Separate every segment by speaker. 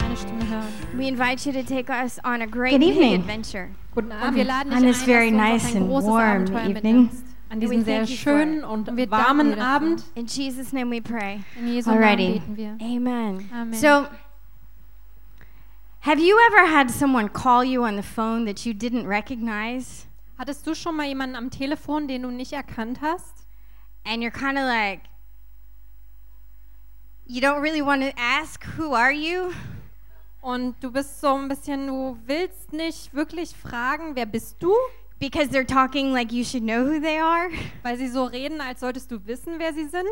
Speaker 1: Herr.
Speaker 2: We invite you to take us on a great
Speaker 3: Good
Speaker 2: big
Speaker 3: evening.
Speaker 2: adventure.
Speaker 1: Guten
Speaker 3: Und
Speaker 1: Abend.
Speaker 3: wir laden dich On this ein, dass very du uns auf nice ein and großes warm Abenteuer evening. mitnimmst.
Speaker 1: An
Speaker 2: we
Speaker 1: diesem sehr
Speaker 2: thank you for
Speaker 1: schönen und
Speaker 3: Und wir danken dir
Speaker 1: warmen
Speaker 3: dafür.
Speaker 1: Abend.
Speaker 2: In Jesus' name we pray.
Speaker 3: In Jesu Namen Alrighty. beten wir.
Speaker 2: Amen.
Speaker 3: Amen.
Speaker 2: So, have you ever had someone call you on the phone that you didn't recognize?
Speaker 1: Hattest du schon mal jemanden am Telefon, den du nicht erkannt hast?
Speaker 2: And you're kind of like, you don't really want to ask, who are you?
Speaker 1: Und du bist so ein bisschen, du willst nicht wirklich fragen, wer bist du?
Speaker 2: Because they're talking like you should know who they are.
Speaker 1: Weil sie so reden, als solltest du wissen, wer sie sind.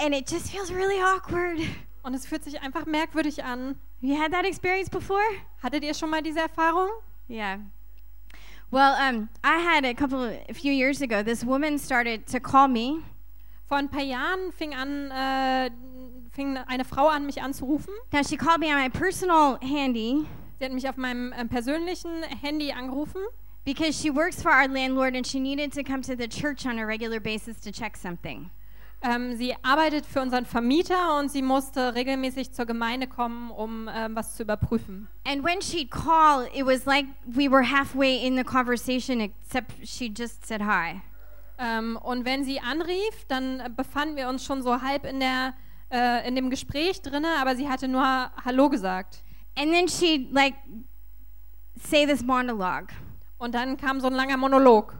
Speaker 2: And it just feels really awkward.
Speaker 1: Und es fühlt sich einfach merkwürdig an.
Speaker 2: You had that experience before?
Speaker 1: Hattet ihr schon mal diese Erfahrung?
Speaker 2: Yeah. Well, um, I had a couple, a few years ago, this woman started to call me,
Speaker 1: Vor ein paar Jahren fing, an, äh, fing eine Frau an, mich anzurufen.
Speaker 2: Now she called me on my personal handy
Speaker 1: Sie hat mich auf meinem äh, persönlichen Handy angerufen,
Speaker 2: because she works for our landlord and she needed to come to the church on a regular basis to check something.
Speaker 1: Ähm, sie arbeitet für unseren Vermieter und sie musste regelmäßig zur Gemeinde kommen, um ähm, was zu überprüfen.
Speaker 2: And when she'd call, it was like we were halfway in the conversation, except she just said hi.
Speaker 1: Ähm, und wenn sie anrief, dann äh, befanden wir uns schon so halb in, der, äh, in dem Gespräch drinne, aber sie hatte nur Hallo gesagt.
Speaker 2: And then she'd like say this monologue.
Speaker 1: Und dann kam so ein langer Monolog.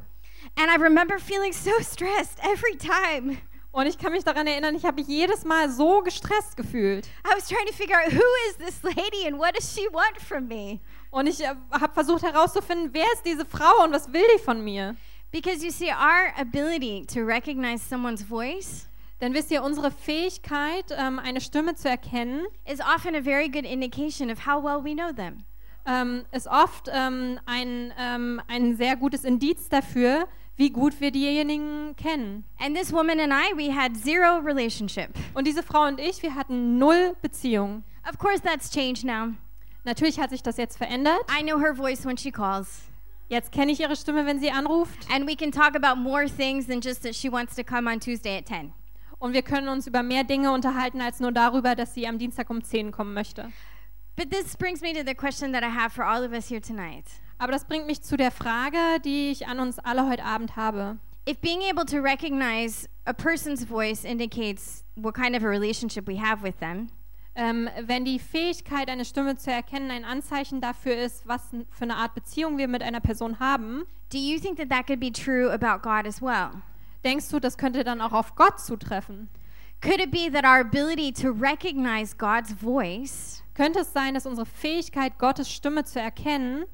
Speaker 2: And I remember feeling so stressed every time.
Speaker 1: Und ich kann mich daran erinnern, ich habe mich jedes Mal so gestresst gefühlt.
Speaker 2: I was trying to figure out who is this lady and what does she want from me?
Speaker 1: Und ich äh, habe versucht herauszufinden, wer ist diese Frau und was will die von mir?
Speaker 2: Because you see, our ability to recognize someone's voice
Speaker 1: Denn wisst ihr, unsere Fähigkeit, ähm, eine Stimme zu erkennen,
Speaker 2: is often a very good indication of how well we know them.
Speaker 1: ähm, ist oft ähm, ein, ähm, ein sehr gutes Indiz dafür, wie gut wir diejenigen kennen.
Speaker 2: And this woman and I, we had zero relationship.
Speaker 1: Und diese Frau und ich, wir hatten null Beziehung.
Speaker 2: Of course, that's changed now.
Speaker 1: Natürlich hat sich das jetzt verändert.
Speaker 2: I know her voice when she calls.
Speaker 1: Jetzt kenne ich ihre Stimme, wenn sie anruft.
Speaker 2: And we can talk about more things than just that she wants to come on Tuesday at 10.
Speaker 1: Und wir können uns über mehr Dinge unterhalten, als nur darüber, dass sie am Dienstag um 10 kommen möchte.
Speaker 2: But this brings me to the question that I have for all of us here tonight.
Speaker 1: Aber das bringt mich zu der Frage, die ich an uns alle heute Abend habe.
Speaker 2: If being able to recognize a person's voice indicates what kind of a relationship we have with them,
Speaker 1: Ähm, wenn die Fähigkeit, eine Stimme zu erkennen, ein Anzeichen dafür ist, was n- für eine Art Beziehung wir mit einer Person haben,
Speaker 2: do you think that that could be true about God as well?
Speaker 1: Denkst du, das könnte dann auch auf Gott zutreffen?
Speaker 2: Could it be that our ability to recognize God's voice
Speaker 1: Könnte es sein, dass unsere Fähigkeit, Gottes Stimme zu erkennen,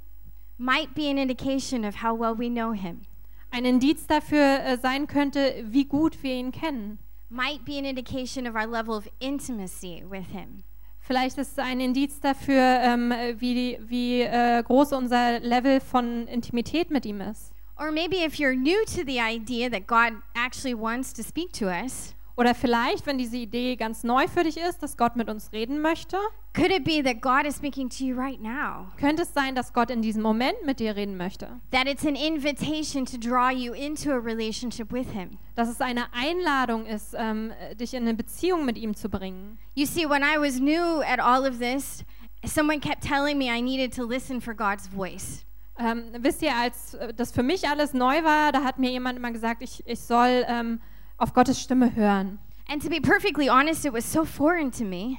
Speaker 2: might be an indication of how well we know Him?
Speaker 1: ein Indiz dafür äh, sein könnte, wie gut wir ihn kennen?
Speaker 2: Might be an indication of our level of intimacy with Him.
Speaker 1: Vielleicht ist es ein Indiz dafür, ähm, äh, wie, wie äh, groß unser Level von Intimität mit ihm ist.
Speaker 2: Or maybe if you're new to the idea that God actually wants to speak to us,
Speaker 1: Oder vielleicht, wenn diese Idee ganz neu für dich ist, dass Gott mit uns reden möchte,
Speaker 2: could it be that God is speaking to you right now?
Speaker 1: könnte es sein, dass Gott in diesem Moment mit dir reden möchte.
Speaker 2: That it's an invitation to draw you into a relationship with Him.
Speaker 1: Dass es eine Einladung ist, ähm, äh, dich in eine Beziehung mit ihm zu bringen.
Speaker 2: You see, when I was new at all of this, someone kept telling me I needed to listen for God's voice.
Speaker 1: Ähm, wisst ihr, als äh, das für mich alles neu war, da hat mir jemand immer gesagt, ich, ich soll ähm, auf Gottes Stimme hören.
Speaker 2: And to be perfectly honest, it was so foreign to me.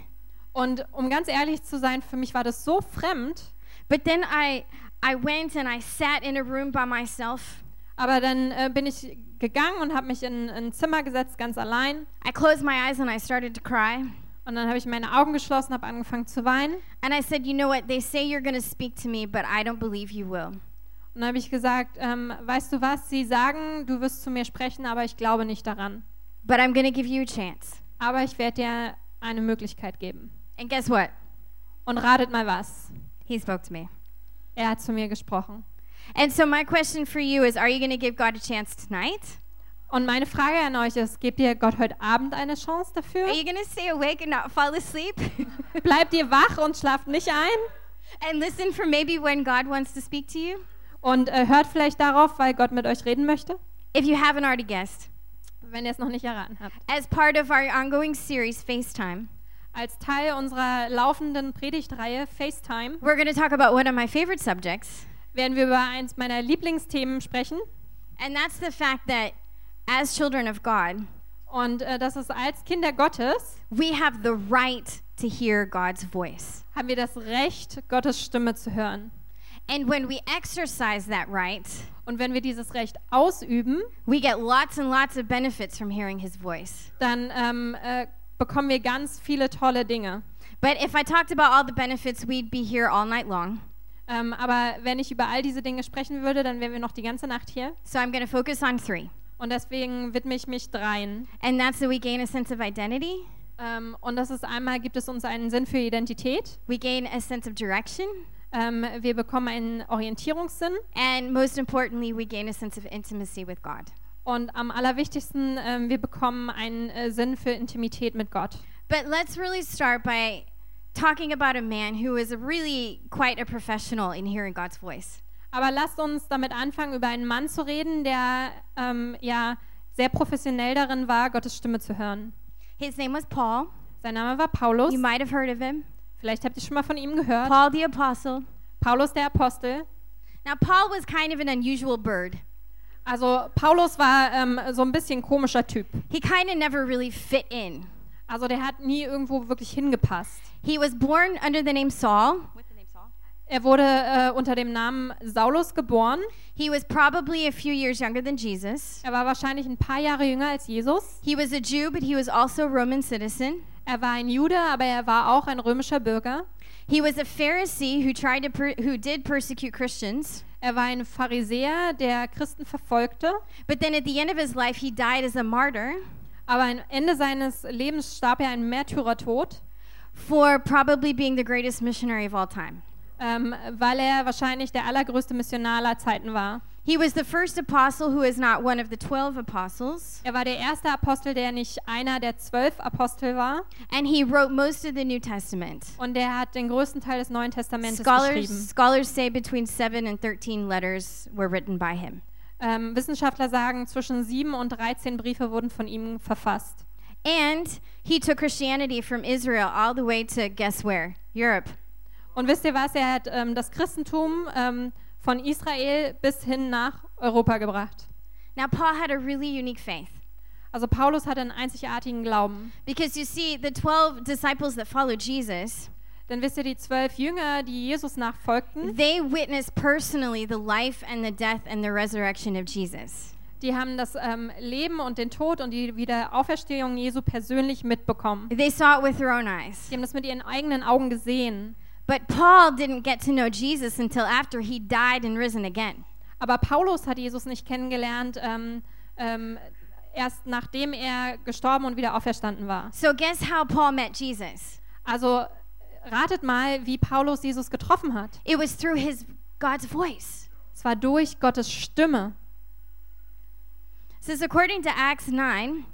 Speaker 1: Und um ganz ehrlich zu sein, für mich war das so fremd.
Speaker 2: But then I, I went and I sat in a room by myself.
Speaker 1: Aber dann äh, bin ich gegangen und habe mich in, in ein Zimmer gesetzt, ganz allein.
Speaker 2: I closed my eyes and I started to cry.
Speaker 1: Und dann habe ich meine Augen geschlossen, habe angefangen zu weinen.
Speaker 2: And I said, You know what? They say you're going to speak to me, but I don't believe you will.
Speaker 1: Und dann habe ich gesagt, ähm, weißt du was, sie sagen, du wirst zu mir sprechen, aber ich glaube nicht daran.
Speaker 2: But I'm going to give you a chance.
Speaker 1: Aber ich werde dir eine Möglichkeit geben.
Speaker 2: And guess what?
Speaker 1: Und ratet mal was.
Speaker 2: He spoke to me.
Speaker 1: Er hat zu mir gesprochen.
Speaker 2: And so, my question for you is Are you going to give God a chance tonight?
Speaker 1: Und meine Frage an euch ist, gebt ihr Gott heute Abend eine Chance dafür?
Speaker 2: Are you going to stay awake and not fall asleep?
Speaker 1: Bleibt ihr wach und schlaft nicht ein?
Speaker 2: and listen for maybe when God wants to speak to you?
Speaker 1: Und äh, hört vielleicht darauf, weil Gott mit euch reden möchte,
Speaker 2: If you haven't already guessed,
Speaker 1: wenn ihr es noch nicht erraten habt.
Speaker 2: as part of our ongoing series, FaceTime,
Speaker 1: als Teil unserer laufenden Predigtreihe FaceTime
Speaker 2: We're going to talk about one of my favorite subjects,
Speaker 1: werden wir über eins meiner Lieblingsthemen sprechen.
Speaker 2: and that's the fact that as children of God,
Speaker 1: Und äh, das ist als Kinder Gottes
Speaker 2: we have the right to hear God's voice.
Speaker 1: haben wir das Recht, Gottes Stimme zu hören.
Speaker 2: And when we exercise that right,
Speaker 1: Und wenn wir dieses Recht ausüben,
Speaker 2: we get lots and lots of benefits from hearing his voice.
Speaker 1: dann ähm, äh, bekommen wir ganz viele tolle Dinge.
Speaker 2: But if I talked about all the benefits, we'd be here all night long.
Speaker 1: Ähm, aber wenn ich über all diese Dinge sprechen würde, dann wären wir noch die ganze Nacht hier.
Speaker 2: So I'm going to focus on three.
Speaker 1: Und deswegen widme ich mich dreien.
Speaker 2: And that's that we gain a sense of identity,
Speaker 1: Ähm, und das ist einmal, gibt es uns einen Sinn für Identität.
Speaker 2: we gain a sense of direction,
Speaker 1: Ähm, wir bekommen einen Orientierungssinn.
Speaker 2: and most importantly, we gain a sense of intimacy with God.
Speaker 1: Und am allerwichtigsten, ähm, wir bekommen einen äh, Sinn für Intimität mit Gott.
Speaker 2: But let's really start by talking about a man who is really quite a professional in hearing God's voice.
Speaker 1: Aber lasst uns damit anfangen, über einen Mann zu reden, der ähm, ja sehr professionell darin war, Gottes Stimme zu hören.
Speaker 2: His name was Paul.
Speaker 1: Sein Name war Paulus.
Speaker 2: You might have heard of him.
Speaker 1: Vielleicht habt ihr schon mal von ihm gehört.
Speaker 2: Paul the Apostle.
Speaker 1: Paulus der Apostel.
Speaker 2: Now, Paul was kind of an unusual bird.
Speaker 1: Also Paulus war ähm, so ein bisschen komischer Typ.
Speaker 2: He kind of never really fit in.
Speaker 1: Also der hat nie irgendwo wirklich hingepasst.
Speaker 2: He was born under the name Saul.
Speaker 1: Er wurde äh, unter dem Namen Saulus geboren.
Speaker 2: He was probably a few years younger than Jesus.
Speaker 1: Er war wahrscheinlich ein paar Jahre jünger als Jesus.
Speaker 2: He was a Jew, but he was also a Roman citizen.
Speaker 1: Er war ein Jude, aber er war auch ein römischer Bürger.
Speaker 2: He was a Pharisee who tried to per- who did persecute Christians,
Speaker 1: Er war ein Pharisäer, der Christen verfolgte.
Speaker 2: but then at the end of his life he died as a martyr
Speaker 1: Aber am Ende seines Lebens starb er einen Märtyrertod,
Speaker 2: for probably being the greatest missionary of all time.
Speaker 1: ähm, weil er wahrscheinlich der allergrößte Missionar aller Zeiten war.
Speaker 2: He was the first apostle who is not one of the 12 apostles,
Speaker 1: Er war der erste Apostel, der nicht einer der zwölf Apostel war.
Speaker 2: and he wrote most of the New Testament.
Speaker 1: Und der hat den größten Teil des Neuen Testamentes
Speaker 2: Scholars,
Speaker 1: geschrieben.
Speaker 2: scholars say between 7 and 13 letters were written by him.
Speaker 1: Ähm, Wissenschaftler sagen, zwischen sieben und 13 Briefe wurden von ihm verfasst.
Speaker 2: And he took Christianity from Israel all the way to guess where? Europe.
Speaker 1: Und wisst ihr was? Er hat ähm, das Christentum ähm, von Israel bis hin nach Europa gebracht.
Speaker 2: Now, Paul had a really unique faith
Speaker 1: Also Paulus hatte einen einzigartigen Glauben.
Speaker 2: because you see, the 12 disciples that followed Jesus,
Speaker 1: Denn wisst ihr, die zwölf Jünger, die Jesus nachfolgten,
Speaker 2: they witnessed personally the life and the death and the resurrection of Jesus.
Speaker 1: die haben das ähm, Leben und den Tod und die Wiederauferstehung Jesu persönlich mitbekommen.
Speaker 2: They saw it with their own eyes.
Speaker 1: Die haben das mit ihren eigenen Augen gesehen.
Speaker 2: But Paul didn't get to know Jesus until after he died and risen again.
Speaker 1: Aber Paulus hat Jesus nicht kennengelernt, ähm, ähm, erst nachdem er gestorben und wieder auferstanden war.
Speaker 2: So, guess how Paul met Jesus?
Speaker 1: Also ratet mal, wie Paulus Jesus getroffen hat.
Speaker 2: It was through his God's voice.
Speaker 1: Es war durch Gottes Stimme.
Speaker 2: It says according to Acts 9,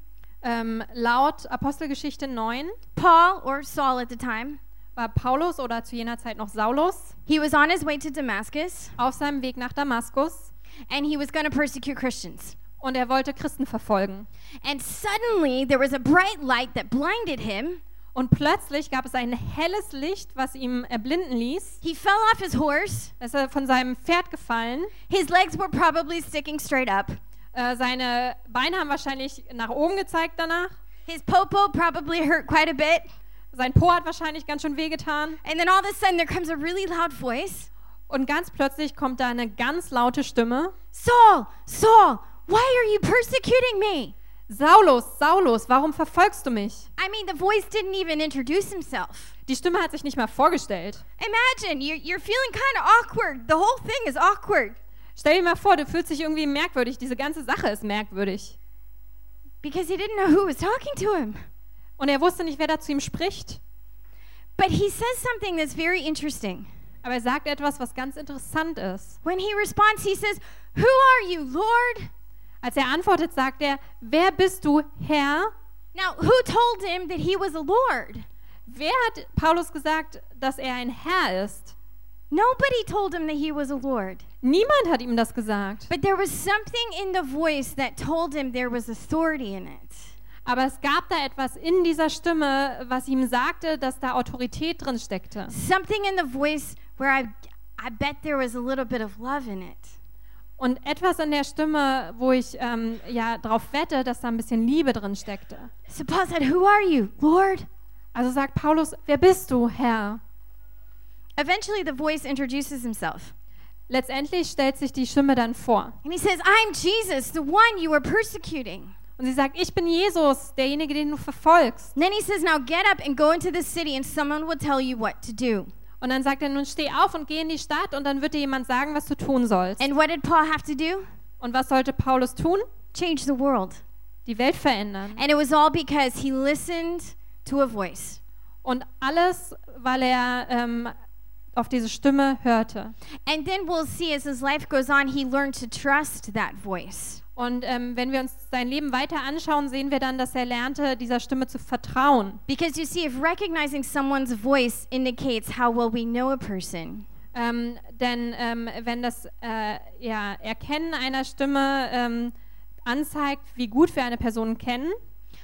Speaker 1: Ähm, laut Apostelgeschichte 9
Speaker 2: Paul or Saul at the time,
Speaker 1: war Paulus oder zu jener Zeit noch Saulus
Speaker 2: he was on his way to Damascus
Speaker 1: auf seinem Weg nach Damaskus
Speaker 2: and he was going to persecute Christians.
Speaker 1: und er wollte Christen verfolgen.
Speaker 2: And suddenly there was a bright light that blinded him.
Speaker 1: Und plötzlich gab es ein helles Licht, was ihm erblinden ließ.
Speaker 2: He fell off his horse.
Speaker 1: Er ist er von seinem Pferd gefallen.
Speaker 2: His legs were probably sticking straight up.
Speaker 1: Äh, seine Beine haben wahrscheinlich nach oben gezeigt danach.
Speaker 2: His popo probably hurt quite a bit.
Speaker 1: Sein Po hat wahrscheinlich ganz schön wehgetan.
Speaker 2: And then all of a sudden there comes a really loud voice
Speaker 1: Und ganz plötzlich kommt da eine ganz laute Stimme.
Speaker 2: Saul, Saul, why are you persecuting me?
Speaker 1: Saulus, Saulus, warum verfolgst du mich?
Speaker 2: I mean, the voice didn't even introduce himself.
Speaker 1: Die Stimme hat sich nicht mal vorgestellt.
Speaker 2: Imagine, you're, you're feeling kind of awkward. The whole thing is awkward.
Speaker 1: Stell dir mal vor, du fühlst dich irgendwie merkwürdig. Diese ganze Sache ist merkwürdig.
Speaker 2: because he didn't know who was talking to him.
Speaker 1: Und er wusste nicht, wer da zu ihm spricht.
Speaker 2: But he says something that's very interesting.
Speaker 1: Aber er sagt etwas, was ganz interessant ist.
Speaker 2: When he responds, he says, Who are you, Lord?
Speaker 1: Als er antwortet, sagt er, wer bist du, Herr?
Speaker 2: Now, who told him that he was a Lord?
Speaker 1: Wer hat Paulus gesagt, dass er ein Herr ist?
Speaker 2: Nobody told him that he was a Lord.
Speaker 1: Niemand hat ihm das gesagt.
Speaker 2: But there was something in the voice that told him there was authority in it.
Speaker 1: Aber es gab da etwas in dieser Stimme, was ihm sagte, dass da Autorität drin steckte.
Speaker 2: Something in the voice where I, I bet there was a little bit of love in it.
Speaker 1: Und etwas in der Stimme, wo ich ähm, ja drauf wette, dass da ein bisschen Liebe drin steckte.
Speaker 2: So Paul said, Who are you, Lord?
Speaker 1: Also sagt Paulus, wer bist du, Herr?
Speaker 2: Eventually, the voice introduces himself.
Speaker 1: Letztendlich stellt sich die Stimme dann vor.
Speaker 2: And he says, I'm Jesus, the one you were persecuting.
Speaker 1: Und sie sagt, ich bin Jesus, derjenige, den du verfolgst.
Speaker 2: And then he says, Now get up and go into the city, and someone will tell you what to do.
Speaker 1: Und dann sagt er, nun steh auf und geh in die Stadt und dann wird dir jemand sagen, was du tun sollst.
Speaker 2: And what did Paul have to do?
Speaker 1: Und was sollte Paulus tun?
Speaker 2: Change the world.
Speaker 1: Die Welt verändern.
Speaker 2: And it was all because he listened to a voice.
Speaker 1: Und alles, weil er ähm, auf diese Stimme hörte.
Speaker 2: And then we'll see as his life goes on, he learned to trust that voice.
Speaker 1: Und ähm, wenn wir uns sein Leben weiter anschauen, sehen wir dann, dass er lernte, dieser Stimme zu vertrauen.
Speaker 2: Because you see, if recognizing someone's voice indicates how well we know a person,
Speaker 1: Ähm, denn ähm, wenn das äh, ja, Erkennen einer Stimme ähm, anzeigt, wie gut wir eine Person kennen,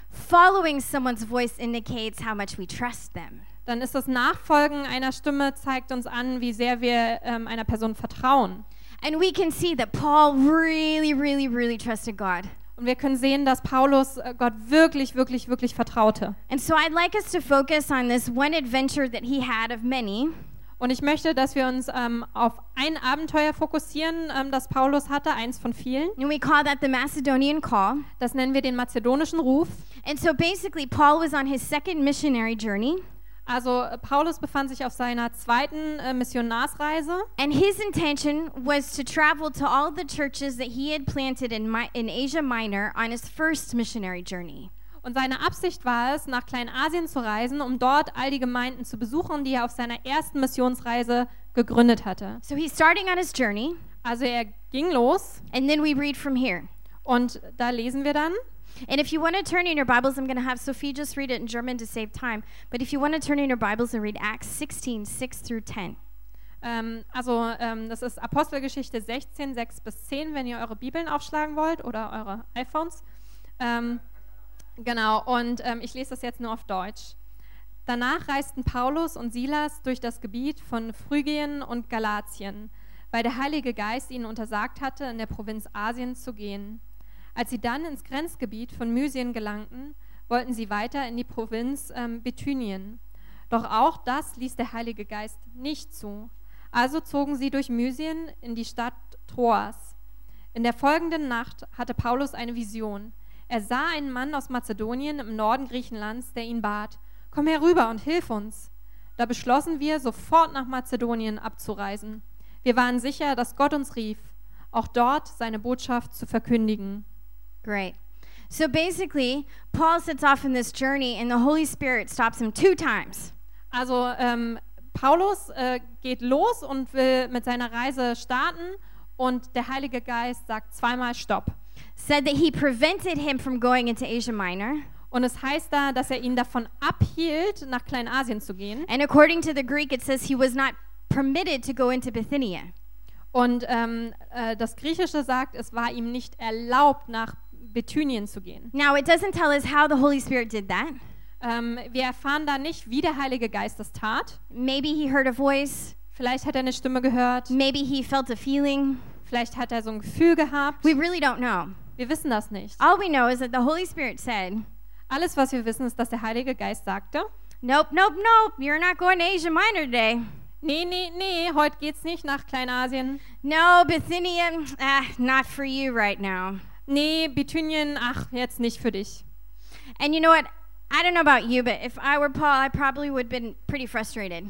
Speaker 2: following someone's voice indicates how much we trust them.
Speaker 1: dann ist das Nachfolgen einer Stimme zeigt uns an, wie sehr wir ähm, einer Person vertrauen.
Speaker 2: And we can see that Paul really, really, really trusted God.
Speaker 1: Und wir können sehen, dass Paulus äh, Gott wirklich, wirklich, wirklich vertraute.
Speaker 2: And so I'd like us to focus on this one adventure that he had of many.
Speaker 1: Und ich möchte, dass wir uns ähm, auf ein Abenteuer fokussieren, ähm, das Paulus hatte, eins von vielen.
Speaker 2: And we call that the Macedonian call.
Speaker 1: Das nennen wir den mazedonischen Ruf.
Speaker 2: And so basically, Paul was on his second missionary journey.
Speaker 1: Also äh, Paulus befand sich auf seiner zweiten äh, Missionarsreise
Speaker 2: And his intention was to travel to all the churches that he had planted in, Mi- in Asia Minor on his first missionary journey.
Speaker 1: und seine Absicht war es, nach Kleinasien zu reisen, um dort all die Gemeinden zu besuchen, die er auf seiner ersten Missionsreise gegründet hatte.
Speaker 2: So he's starting on his journey,
Speaker 1: Also er ging los
Speaker 2: and then we read from here.
Speaker 1: und da lesen wir dann,
Speaker 2: And if you want to turn in your Bibles, I'm going to have Sophie just read it in German to save time. But if you want to turn in your Bibles and read Acts 16, 6 through 10.
Speaker 1: ähm, also ähm, das ist Apostelgeschichte 16, 6 bis 10, wenn ihr eure Bibeln aufschlagen wollt oder eure iPhones. Ähm, Genau, und ähm, ich lese das jetzt nur auf Deutsch. Danach reisten Paulus und Silas durch das Gebiet von Phrygien und Galatien, weil der Heilige Geist ihnen untersagt hatte, in der Provinz Asien zu gehen. Als sie dann ins Grenzgebiet von Mysien gelangten, wollten sie weiter in die Provinz ähm, Bithynien. Doch auch das ließ der Heilige Geist nicht zu. Also zogen sie durch Mysien in die Stadt Troas. In der folgenden Nacht hatte Paulus eine Vision. Er sah einen Mann aus Mazedonien im Norden Griechenlands, der ihn bat, komm herüber und hilf uns. Da beschlossen wir, sofort nach Mazedonien abzureisen. Wir waren sicher, dass Gott uns rief, auch dort seine Botschaft zu verkündigen.
Speaker 2: Great. So basically, Paul sets off on this journey, and the Holy Spirit stops him two times.
Speaker 1: Also ähm, Paulus äh, geht los und will mit seiner Reise starten und der Heilige Geist sagt zweimal Stopp.
Speaker 2: Said that he prevented him from going into Asia Minor.
Speaker 1: Und es heißt da, dass er ihn davon abhielt, nach Kleinasien zu gehen.
Speaker 2: And according to the Greek, it says he was not permitted to go into Bithynia.
Speaker 1: Und ähm, äh, das Griechische sagt, es war ihm nicht erlaubt, nach Bithynien zu gehen.
Speaker 2: Now, it doesn't tell us how the Holy Spirit did that.
Speaker 1: Ähm, wir erfahren da nicht, wie der Heilige Geist das tat.
Speaker 2: Maybe he heard a voice,
Speaker 1: Vielleicht hat er eine Stimme gehört,
Speaker 2: maybe he felt a feeling.
Speaker 1: vielleicht hat er so ein Gefühl gehabt.
Speaker 2: We really don't know.
Speaker 1: Wir wissen das nicht.
Speaker 2: All we know is that the Holy Spirit said,
Speaker 1: Alles, was wir wissen, ist, dass der Heilige Geist sagte,
Speaker 2: Nope, nope, nope, you're not going to Asia Minor today.
Speaker 1: nee, nee, nee, heute geht's nicht nach Kleinasien.
Speaker 2: No, Bithynia, ah, not for you right now.
Speaker 1: Nee, Bithynien, ach, jetzt nicht für dich.
Speaker 2: And you know what? I don't know about you, but if I were Paul, I probably would have been pretty frustrated.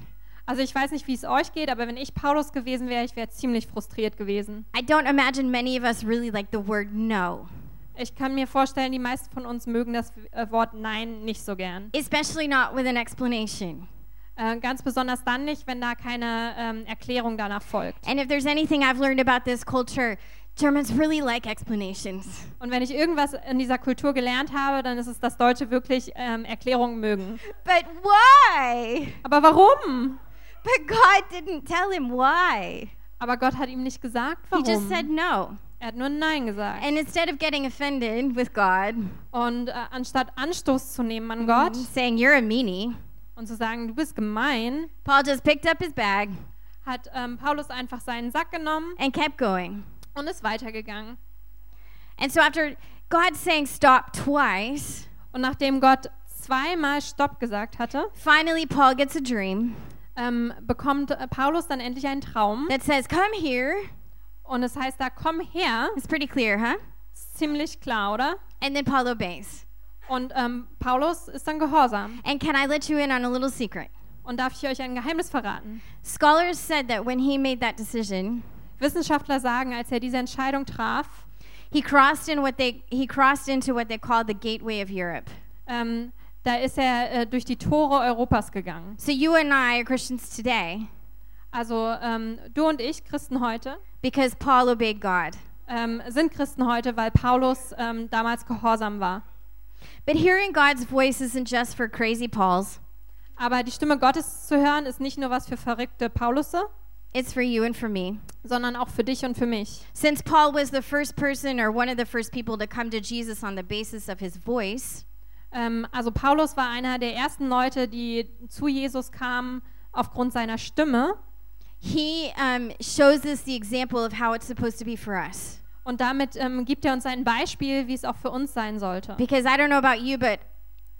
Speaker 1: Also ich weiß nicht, wie es euch geht, aber wenn ich Paulus gewesen wäre, ich wäre ziemlich frustriert gewesen.
Speaker 2: I don't imagine many of us really like the word no,
Speaker 1: Ich kann mir vorstellen, die meisten von uns mögen das äh, Wort Nein nicht so gern.
Speaker 2: especially not with an explanation.
Speaker 1: Äh, ganz besonders dann nicht, wenn da keine ähm, Erklärung danach folgt.
Speaker 2: And if there's anything I've learned about this culture, Germans really like explanations.
Speaker 1: Und wenn ich irgendwas in dieser Kultur gelernt habe, dann ist es, dass Deutsche wirklich ähm, Erklärungen mögen.
Speaker 2: But why?
Speaker 1: Aber warum?
Speaker 2: But God didn't tell him why.
Speaker 1: Aber Gott hat ihm nicht gesagt,
Speaker 2: He just
Speaker 1: warum.
Speaker 2: said no.
Speaker 1: Er hat nur Nein gesagt.
Speaker 2: And instead of getting offended with God,
Speaker 1: Und äh, anstatt Anstoß zu nehmen an Gott
Speaker 2: saying you're a meanie,
Speaker 1: und zu sagen, du bist gemein,
Speaker 2: Paul just picked up his bag
Speaker 1: hat ähm, Paulus einfach seinen Sack genommen
Speaker 2: and kept going.
Speaker 1: und ist weitergegangen.
Speaker 2: And so after God saying stop twice,
Speaker 1: Und nachdem Gott zweimal Stopp gesagt hatte,
Speaker 2: finally Paul gets a dream
Speaker 1: ähm, bekommt äh, Paulus dann endlich einen Traum.
Speaker 2: that says come here.
Speaker 1: Und es heißt da, komm her,
Speaker 2: It's pretty clear, huh?
Speaker 1: ist ziemlich klar, oder?
Speaker 2: And then Paul obeys.
Speaker 1: Und ähm, Paulus ist dann gehorsam.
Speaker 2: And can I let you in on a little secret?
Speaker 1: Und darf ich euch ein Geheimnis verraten?
Speaker 2: Scholars said that when he made that decision,
Speaker 1: Wissenschaftler sagen, als er diese Entscheidung traf,
Speaker 2: he crossed in what they he crossed into what they call the gateway of Europe.
Speaker 1: ähm, da ist er äh, durch die Tore Europas gegangen.
Speaker 2: So you and I are Christians today
Speaker 1: Also ähm, du und ich, Christen heute,
Speaker 2: because Paul obeyed God.
Speaker 1: ähm, sind Christen heute, weil Paulus ähm, damals gehorsam war.
Speaker 2: But hearing God's voice isn't just for crazy Pauls.
Speaker 1: Aber die Stimme Gottes zu hören, ist nicht nur was für verrückte Paulusse,
Speaker 2: It's for you and for me.
Speaker 1: sondern auch für dich und für mich.
Speaker 2: Since Paul was the first person or one of the first people to come to Jesus on the basis of his voice,
Speaker 1: Ähm, also Paulus war einer der ersten Leute, die zu Jesus kamen aufgrund seiner Stimme.
Speaker 2: he um, shows us the example of how it's supposed to be for us.
Speaker 1: Und damit ähm, gibt er uns ein Beispiel, wie es auch für uns sein sollte.
Speaker 2: Because I don't know about you, but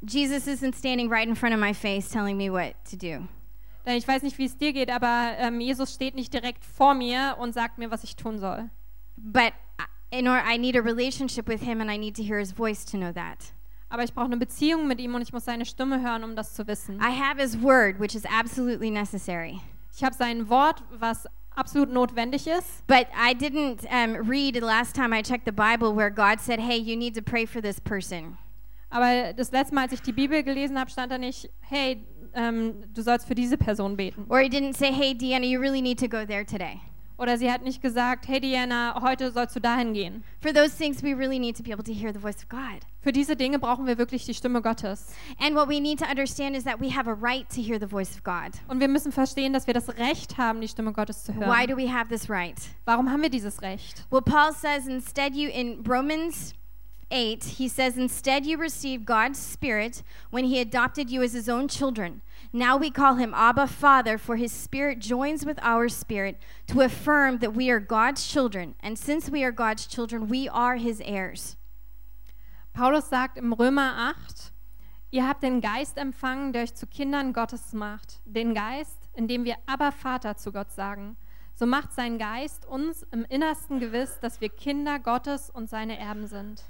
Speaker 2: Jesus isn't standing right in front of my face telling me what to do.
Speaker 1: Denn ich weiß nicht, wie es dir geht, aber ähm, Jesus steht nicht direkt vor mir und sagt mir, was ich tun soll.
Speaker 2: But I- in order, I need a relationship with him and I need to hear his voice to know that.
Speaker 1: Aber ich brauche eine Beziehung mit ihm und ich muss seine Stimme hören, um das zu wissen.
Speaker 2: I have his word, which is absolutely necessary.
Speaker 1: Ich habe sein Wort, was absolut notwendig ist.
Speaker 2: But I didn't um, read the last time I checked the Bible where God said, hey, you need to pray for this person.
Speaker 1: Aber das letzte Mal, als ich die Bibel gelesen habe, stand da nicht, hey, ähm, du sollst für diese Person beten.
Speaker 2: Or he didn't say, hey, Deanna, you really need to go there today.
Speaker 1: Oder sie hat nicht gesagt, hey Diana, heute sollst du dahin gehen.
Speaker 2: For those things, we really need to be able to hear the voice of God.
Speaker 1: Für diese Dinge brauchen wir wirklich die Stimme Gottes.
Speaker 2: And what we need to understand is that we have a right to hear the voice of God.
Speaker 1: Und wir müssen verstehen, dass wir das Recht haben, die Stimme Gottes zu
Speaker 2: Why
Speaker 1: hören.
Speaker 2: do we have this right?
Speaker 1: Warum haben wir dieses Recht?
Speaker 2: Well, Paul says instead you in Romans 8, he says instead you received God's spirit when he adopted you as his own children. Now we call him Abba Father for his spirit joins with our spirit to affirm that we are God's children and since we are God's children we are his heirs.
Speaker 1: Paulus sagt im Römer 8, ihr habt den Geist empfangen, der euch zu Kindern Gottes macht. Den Geist, in dem wir aber Vater zu Gott sagen. So macht sein Geist uns im Innersten gewiss, dass wir Kinder Gottes und seine Erben sind.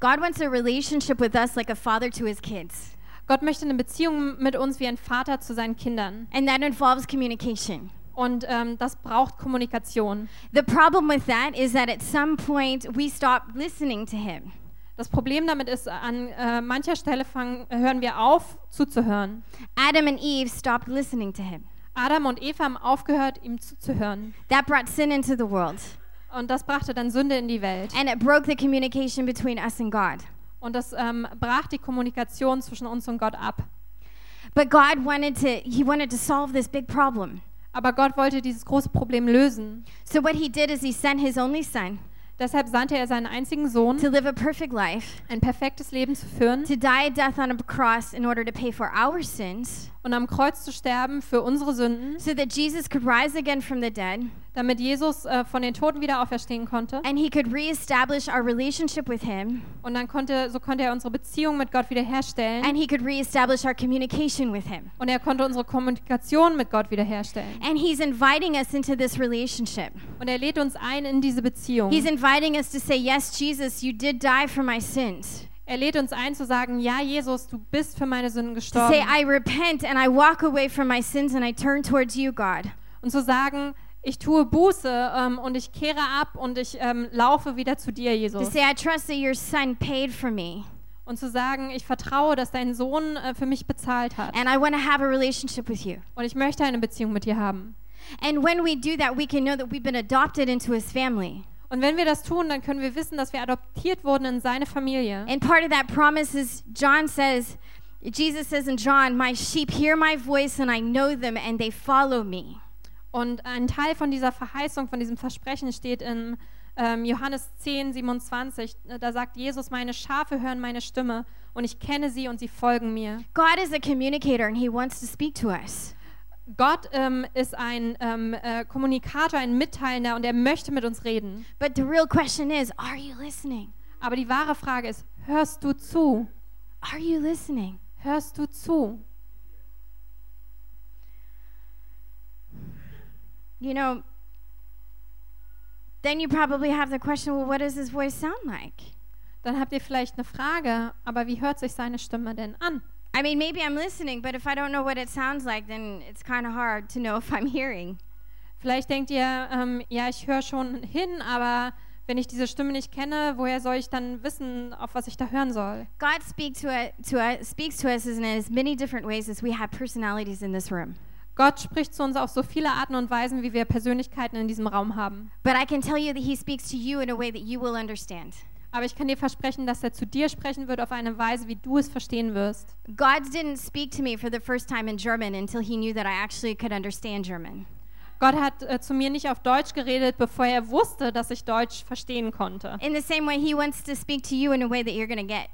Speaker 2: God wants a relationship with us like a father to his kids
Speaker 1: Gott möchte eine Beziehung mit uns wie ein Vater zu seinen Kindern.
Speaker 2: and that involves communication.
Speaker 1: Und ähm, das braucht Kommunikation.
Speaker 2: The problem with that is that at some point we stop listening to him.
Speaker 1: Das Problem damit ist, an äh, mancher Stelle fangen, hören wir auf, zuzuhören.
Speaker 2: Adam and Eve stopped listening to him.
Speaker 1: Adam und Eva haben aufgehört, ihm zuzuhören.
Speaker 2: That brought sin into the world,
Speaker 1: Und das brachte dann Sünde in die Welt.
Speaker 2: and it broke the communication between us and God.
Speaker 1: Und das ähm, brach die Kommunikation zwischen uns und Gott ab.
Speaker 2: But God wanted to he wanted to solve this big problem.
Speaker 1: Aber Gott wollte dieses große Problem lösen.
Speaker 2: So what he did is he sent his only son
Speaker 1: Deshalb sandte er seinen einzigen Sohn,
Speaker 2: to live a perfect life,
Speaker 1: ein perfektes Leben zu führen
Speaker 2: to die a death on a cross in order to pay for our sins,
Speaker 1: und am Kreuz zu sterben für unsere Sünden,
Speaker 2: so that Jesus could rise again from the dead
Speaker 1: damit Jesus äh, von den Toten wieder auferstehen konnte.
Speaker 2: and he could reestablish our relationship with him
Speaker 1: Und dann konnte, so konnte er unsere Beziehung mit Gott wiederherstellen.
Speaker 2: and he could reestablish our communication with him.
Speaker 1: Und er konnte unsere Kommunikation mit Gott wiederherstellen.
Speaker 2: And he's inviting us into this relationship.
Speaker 1: Und er lädt uns ein in diese Beziehung.
Speaker 2: He's inviting us to say, Yes, Jesus, you did die for my sins.
Speaker 1: Er lädt uns ein zu sagen, ja Jesus, du bist für meine Sünden
Speaker 2: To say,
Speaker 1: gestorben.
Speaker 2: I repent and I walk away from my sins and I turn towards you, God.
Speaker 1: und zu sagen, ich tue Buße ähm, und ich kehre ab und ich ähm, laufe wieder zu dir,
Speaker 2: To
Speaker 1: Jesus.
Speaker 2: say, I trust that your son paid for me
Speaker 1: Und zu sagen, ich vertraue, dass dein Sohn äh, für mich bezahlt hat
Speaker 2: and I want to have a relationship with you.
Speaker 1: und ich möchte eine Beziehung mit dir haben.
Speaker 2: And when we do that, we can know that we've been adopted into his family.
Speaker 1: Und wenn wir das tun, dann können wir wissen, dass wir adoptiert wurden in seine Familie.
Speaker 2: And part of that promise is John says, Jesus says in John, My sheep hear my voice and I know them and they follow me.
Speaker 1: Und ein Teil von dieser Verheißung, von diesem Versprechen steht in ähm, Johannes 10, 27, äh, da sagt Jesus, meine Schafe hören meine Stimme und ich kenne sie und sie folgen mir.
Speaker 2: God is a communicator and He wants to speak to us.
Speaker 1: Gott ähm, ist ein ähm, äh, Kommunikator, ein Mitteilender und er möchte mit uns reden.
Speaker 2: But the real question is are you listening?
Speaker 1: Aber die wahre Frage ist, hörst du zu?
Speaker 2: Are you listening?
Speaker 1: Hörst du zu?
Speaker 2: You know, then you probably have the question well, what does His voice sound like?
Speaker 1: Dann habt ihr vielleicht eine Frage, aber wie hört sich seine Stimme denn an?
Speaker 2: I mean, maybe I'm listening, but if I don't know what it sounds like, then it's kind of hard to know if I'm hearing.
Speaker 1: Vielleicht denkt ihr, ähm, ja, ich höre schon hin, aber wenn ich diese Stimme nicht kenne, woher soll ich dann wissen, auf was ich da hören soll?
Speaker 2: God speak to u- to us, speaks to us in as many different ways as we have personalities in this room.
Speaker 1: Gott spricht zu uns auf so viele Arten und Weisen, wie wir Persönlichkeiten in diesem Raum haben.
Speaker 2: But I can tell you that He speaks to you in a way that you will understand.
Speaker 1: Aber ich kann dir versprechen, dass er zu dir sprechen wird auf eine Weise, wie du es verstehen wirst.
Speaker 2: God didn't speak to me for the first time in German until He knew that I actually could understand German.
Speaker 1: Gott hat äh, zu mir nicht auf Deutsch geredet, bevor er wusste, dass ich Deutsch verstehen konnte.
Speaker 2: In the same way, He wants to speak to you in a way that you're going to get.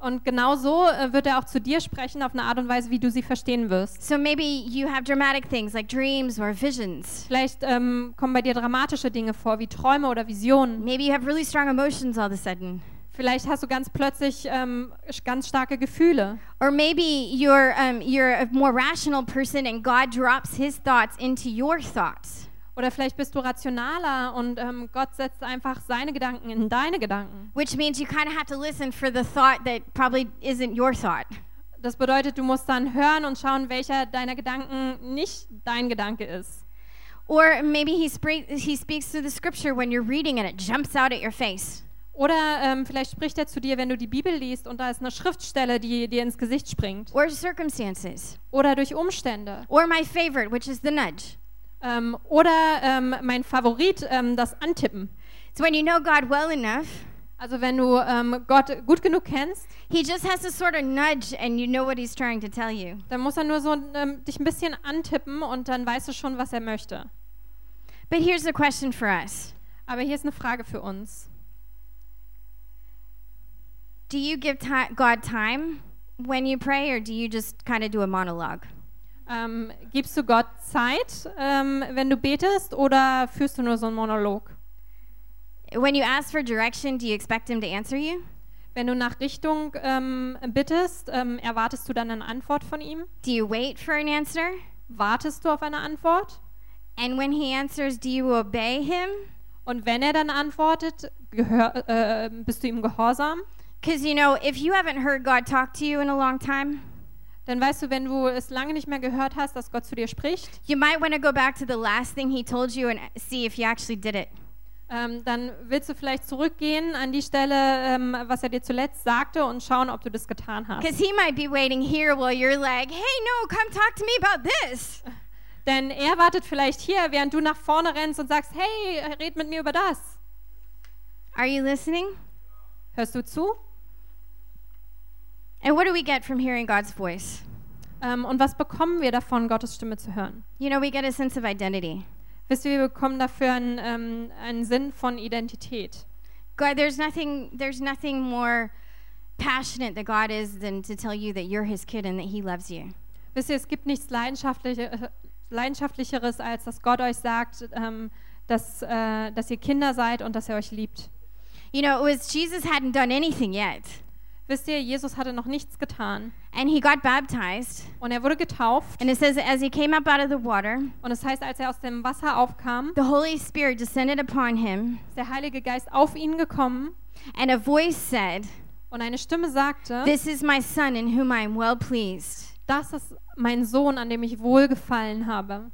Speaker 1: Und genau so äh, wird er auch zu dir sprechen auf eine Art und Weise, wie du sie verstehen wirst.
Speaker 2: So maybe you have dramatic things like dreams or visions.
Speaker 1: Vielleicht ähm, kommen bei dir dramatische Dinge vor, wie Träume oder Visionen.
Speaker 2: Maybe you have really strong emotions all of a sudden.
Speaker 1: Vielleicht hast du ganz plötzlich ähm, sch- ganz starke Gefühle.
Speaker 2: Or maybe you're, um, you're a more rational person and God drops His thoughts into your thoughts.
Speaker 1: Oder vielleicht bist du rationaler und ähm, Gott setzt einfach seine Gedanken in deine Gedanken.
Speaker 2: Which means you kind of have to listen for the thought that probably isn't your thought.
Speaker 1: Das bedeutet, du musst dann hören und schauen, welcher deiner Gedanken nicht dein Gedanke ist.
Speaker 2: Or maybe he, spre- he speaks through the scripture when you're reading and it jumps out at your face.
Speaker 1: Oder ähm, vielleicht spricht er zu dir, wenn du die Bibel liest und da ist eine Schriftstelle, die dir ins Gesicht springt.
Speaker 2: Or circumstances.
Speaker 1: Oder durch Umstände.
Speaker 2: Or my favorite, which is the nudge.
Speaker 1: Ähm, oder ähm, mein Favorit, ähm, das Antippen.
Speaker 2: It's when you know God well enough,
Speaker 1: Also wenn du ähm, Gott gut genug kennst,
Speaker 2: He just has to sort of nudge and you know what He's trying to tell you.
Speaker 1: dann muss er nur so ähm, dich ein bisschen antippen und dann weißt du schon, was er möchte.
Speaker 2: But here's the question for us
Speaker 1: Aber hier ist eine Frage für uns.
Speaker 2: Do you give ti- God time when you pray, or do you just kind of do a monologue?
Speaker 1: Ähm, gibst du Gott Zeit, ähm, wenn du betest, oder führst du nur so einen Monolog?
Speaker 2: When you ask for direction, do you expect Him to answer you?
Speaker 1: Wenn du nach Richtung ähm, bittest, ähm, erwartest du dann eine Antwort von ihm?
Speaker 2: Do you wait for an answer?
Speaker 1: Wartest du auf eine Antwort?
Speaker 2: And when He answers, do you obey Him?
Speaker 1: Und wenn er dann antwortet, gehör, äh, bist du ihm gehorsam?
Speaker 2: Because, you know, if you haven't heard God talk to you in a long time,
Speaker 1: Dann weißt du, wenn du es lange nicht mehr gehört hast, dass Gott zu dir spricht,
Speaker 2: you might want to go back to the last thing He told you and see if you actually did it.
Speaker 1: ähm, dann willst du vielleicht zurückgehen an die Stelle, ähm, was er dir zuletzt sagte und schauen, ob du das getan hast.
Speaker 2: Because He might be waiting here while you're like, hey, no, come talk to me about this.
Speaker 1: Denn er wartet vielleicht hier, während du nach vorne rennst und sagst, hey, red mit mir über das.
Speaker 2: Are you listening?
Speaker 1: Hörst du zu?
Speaker 2: And what do we get from hearing God's voice?
Speaker 1: Ähm, und was bekommen wir davon, Gottes Stimme zu hören?
Speaker 2: You know, we get a sense of identity.
Speaker 1: Wisst ihr, wir bekommen dafür einen, ähm, einen Sinn von Identität.
Speaker 2: God, there's nothing, there's nothing more passionate that God is than to tell you that you're His kid and that He loves you.
Speaker 1: Wisst ihr, es gibt nichts Leidenschaftliche, äh, Leidenschaftlicheres, als dass Gott euch sagt, ähm, dass, äh, dass ihr Kinder seid und dass er euch liebt.
Speaker 2: You know, it was Jesus hadn't done anything yet,
Speaker 1: Wisst ihr, Jesus hatte noch nichts getan.
Speaker 2: and He got baptized.
Speaker 1: Und er wurde getauft.
Speaker 2: And it says, as He came up out of the water,
Speaker 1: Und es das heißt, als er aus dem Wasser aufkam,
Speaker 2: the Holy Spirit descended upon Him,
Speaker 1: ist der Heilige Geist auf ihn gekommen
Speaker 2: and a voice said,
Speaker 1: und eine Stimme sagte,
Speaker 2: This is my Son in whom I am well pleased.
Speaker 1: das ist mein Sohn, an dem ich wohlgefallen habe.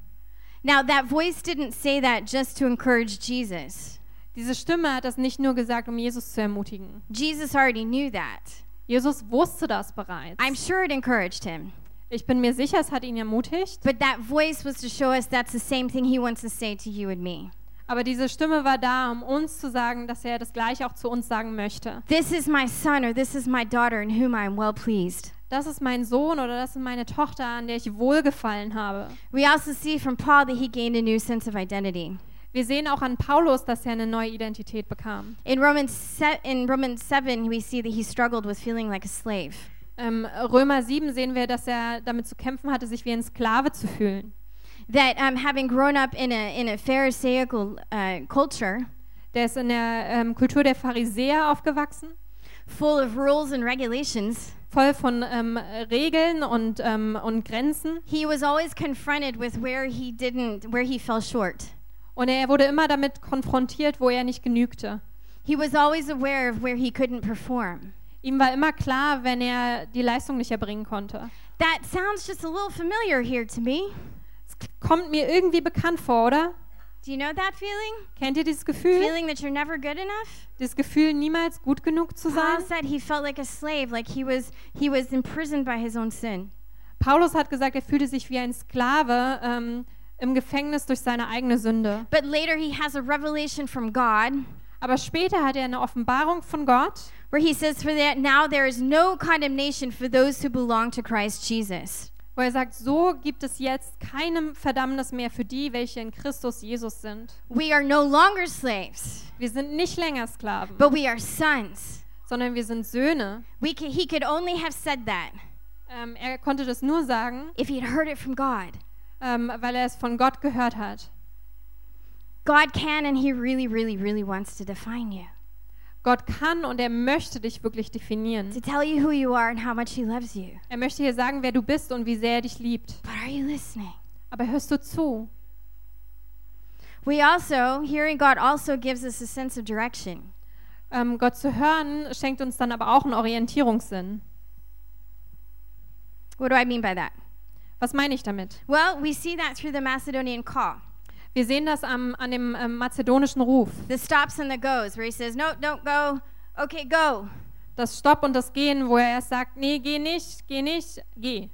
Speaker 2: Now, that voice didn't say that just to encourage Jesus.
Speaker 1: Diese Stimme hat das nicht nur gesagt, um Jesus zu ermutigen.
Speaker 2: Jesus already knew that.
Speaker 1: Jesus wusste das bereits.
Speaker 2: I'm sure it encouraged him.
Speaker 1: Ich bin mir sicher, es hat ihn ermutigt.
Speaker 2: But that voice was to show us that's the same thing he wants to say to you and me.
Speaker 1: Aber diese Stimme war da, um uns zu sagen, dass er das Gleiche auch zu uns sagen möchte.
Speaker 2: This is my son or this is my daughter in whom I am well pleased.
Speaker 1: Das ist mein Sohn oder das ist meine Tochter, an der ich wohlgefallen habe.
Speaker 2: We also see from Paul that he gained a new sense of identity.
Speaker 1: Wir sehen auch an Paulus, dass er eine neue Identität bekam.
Speaker 2: In Romans, se- in Romans 7, we see that he struggled with feeling like a slave.
Speaker 1: Ähm, Römer 7 sehen wir, dass er damit zu kämpfen hatte, sich wie ein Sklave zu fühlen.
Speaker 2: That um, having grown up in a, in a Pharisaical uh, culture
Speaker 1: Der ist in der ähm, Kultur der Pharisäer aufgewachsen,
Speaker 2: full of rules and regulations,
Speaker 1: voll von ähm, Regeln und, ähm, und Grenzen.
Speaker 2: he was always confronted with where he didn't, where he fell short.
Speaker 1: Und er wurde immer damit konfrontiert, wo er nicht genügte.
Speaker 2: He was always aware of where he couldn't perform.
Speaker 1: Ihm war immer klar, wenn er die Leistung nicht erbringen konnte.
Speaker 2: That sounds just a little familiar here to me.
Speaker 1: Es kommt mir irgendwie bekannt vor, oder?
Speaker 2: Do you know that feeling?
Speaker 1: Kennt ihr dieses Gefühl?
Speaker 2: Feeling that you're never good enough?
Speaker 1: Dieses Gefühl, niemals gut genug zu
Speaker 2: Paul
Speaker 1: sein?
Speaker 2: said he felt like a slave, like he was he was imprisoned by his own sin.
Speaker 1: Paulus hat gesagt, er fühlte sich wie ein Sklave ähm, im Gefängnis durch seine eigene Sünde.
Speaker 2: But later he has a revelation from God
Speaker 1: Aber später hat er eine Offenbarung von Gott,
Speaker 2: where he says, For that now there is no condemnation for those who belong to Christ Jesus.
Speaker 1: wo er sagt, so gibt es jetzt keinem Verdammnis mehr für die, welche in Christus Jesus sind.
Speaker 2: We are no longer slaves,
Speaker 1: Wir sind nicht länger Sklaven,
Speaker 2: but we are sons.
Speaker 1: sondern wir sind Söhne.
Speaker 2: We ca he could only have said that
Speaker 1: Ähm, er konnte das nur sagen,
Speaker 2: if he'd heard it from God.
Speaker 1: ähm, weil er es von Gott gehört hat.
Speaker 2: God can and he really, really, really wants to define you,
Speaker 1: Gott kann und er möchte dich wirklich definieren.
Speaker 2: to tell you who you are and how much he loves you.
Speaker 1: Er möchte dir sagen, wer du bist und wie sehr er dich liebt.
Speaker 2: But are you listening?
Speaker 1: Aber hörst du zu?
Speaker 2: We also, hearing God also gives us a sense of direction.
Speaker 1: Ähm, Gott zu hören schenkt uns dann aber auch einen Orientierungssinn.
Speaker 2: What do I mean by that?
Speaker 1: Was meine ich damit?
Speaker 2: Well, we see that through the Macedonian call,
Speaker 1: Wir sehen das am, an dem ähm, mazedonischen Ruf.
Speaker 2: the stops and the goes, where he says, No, don't go. Okay, go.
Speaker 1: Das Stopp und das Gehen, wo er erst sagt, nee, geh nicht, geh nicht, geh.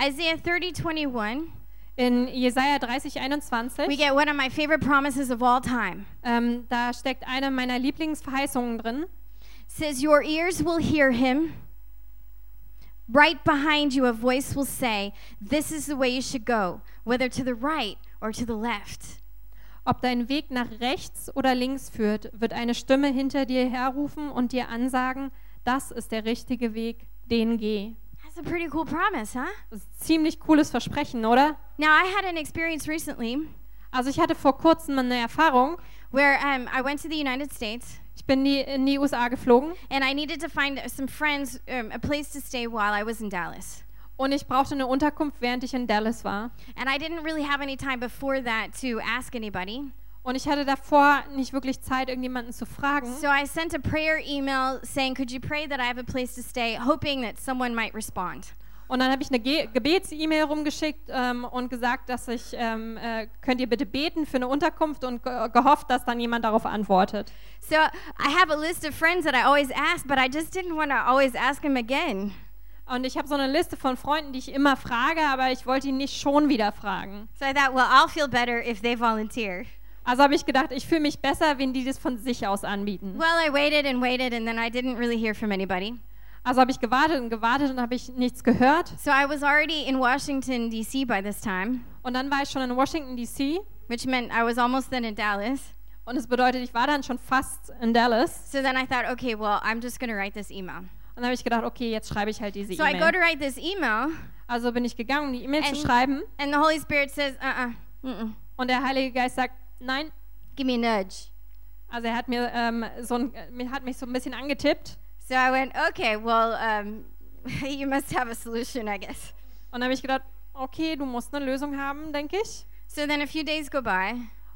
Speaker 2: Isaiah 30 21,
Speaker 1: In Jesaja 30, 21,
Speaker 2: we get one of my favorite promises of all time.
Speaker 1: ähm, da steckt eine meiner Lieblingsverheißungen drin.
Speaker 2: says, Your ears will hear him. Right behind you, a voice will say, This is the way you should go, whether to the right or to the left.
Speaker 1: Ob dein Weg nach rechts oder links führt, wird eine Stimme hinter dir herrufen und dir ansagen, das ist der richtige Weg, den geh.
Speaker 2: That's a pretty cool promise, huh?
Speaker 1: Das ist ein ziemlich cooles Versprechen, oder?
Speaker 2: Now, I had an experience recently
Speaker 1: Also ich hatte vor kurzem eine Erfahrung.
Speaker 2: where um, I went to the United States
Speaker 1: Ich bin die, in die USA geflogen
Speaker 2: and I needed to find some friends, um, a place to stay while I was in Dallas.
Speaker 1: und ich brauchte eine Unterkunft, während ich in Dallas war.
Speaker 2: And I didn't really have any time before that to ask anybody.
Speaker 1: Und ich hatte davor nicht wirklich Zeit, irgendjemanden zu fragen.
Speaker 2: So I sent a prayer email saying, Could you pray that I have a place to stay, hoping that someone might respond.
Speaker 1: Und dann habe ich eine Ge Gebets-E-Mail rumgeschickt ähm, und gesagt, dass ich, ähm, äh, könnt ihr bitte beten für eine Unterkunft und ge gehofft, dass dann jemand darauf antwortet.
Speaker 2: So I have a list of friends that I always ask, but I just didn't want to always ask them again.
Speaker 1: Und ich habe so eine Liste von Freunden, die ich immer frage, aber ich wollte ihn nicht schon wieder fragen.
Speaker 2: So I thought, well, I'll feel better if they volunteer.
Speaker 1: Also habe ich gedacht, ich fühle mich besser, wenn die das von sich aus anbieten.
Speaker 2: Well, I waited and waited, and then I didn't really hear from anybody.
Speaker 1: Also habe ich gewartet und gewartet und habe ich nichts gehört.
Speaker 2: So I was already in Washington, D.C. by this time,
Speaker 1: Und dann war ich schon in Washington, D.C.
Speaker 2: which meant I was almost then in Dallas.
Speaker 1: Und es bedeutet, ich war dann schon fast in Dallas.
Speaker 2: So then I thought, okay, well, I'm just going to write this email.
Speaker 1: Und dann habe ich gedacht, okay, jetzt schreibe ich halt diese
Speaker 2: So I go to
Speaker 1: E-Mail.
Speaker 2: write this email,
Speaker 1: Also bin ich gegangen, um die E-Mail zu
Speaker 2: And-
Speaker 1: schreiben.
Speaker 2: and the Holy Spirit says, uh uh mm-mm.
Speaker 1: Und der Heilige Geist sagt, nein.
Speaker 2: give me a nudge.
Speaker 1: Also er hat mir ähm, so ein, äh, mir- hat mich so ein bisschen angetippt.
Speaker 2: So I went, okay, well, um, you must have a solution, I guess.
Speaker 1: Und dann habe ich gedacht, okay, du musst eine Lösung haben, denke ich.
Speaker 2: So then a few days go by,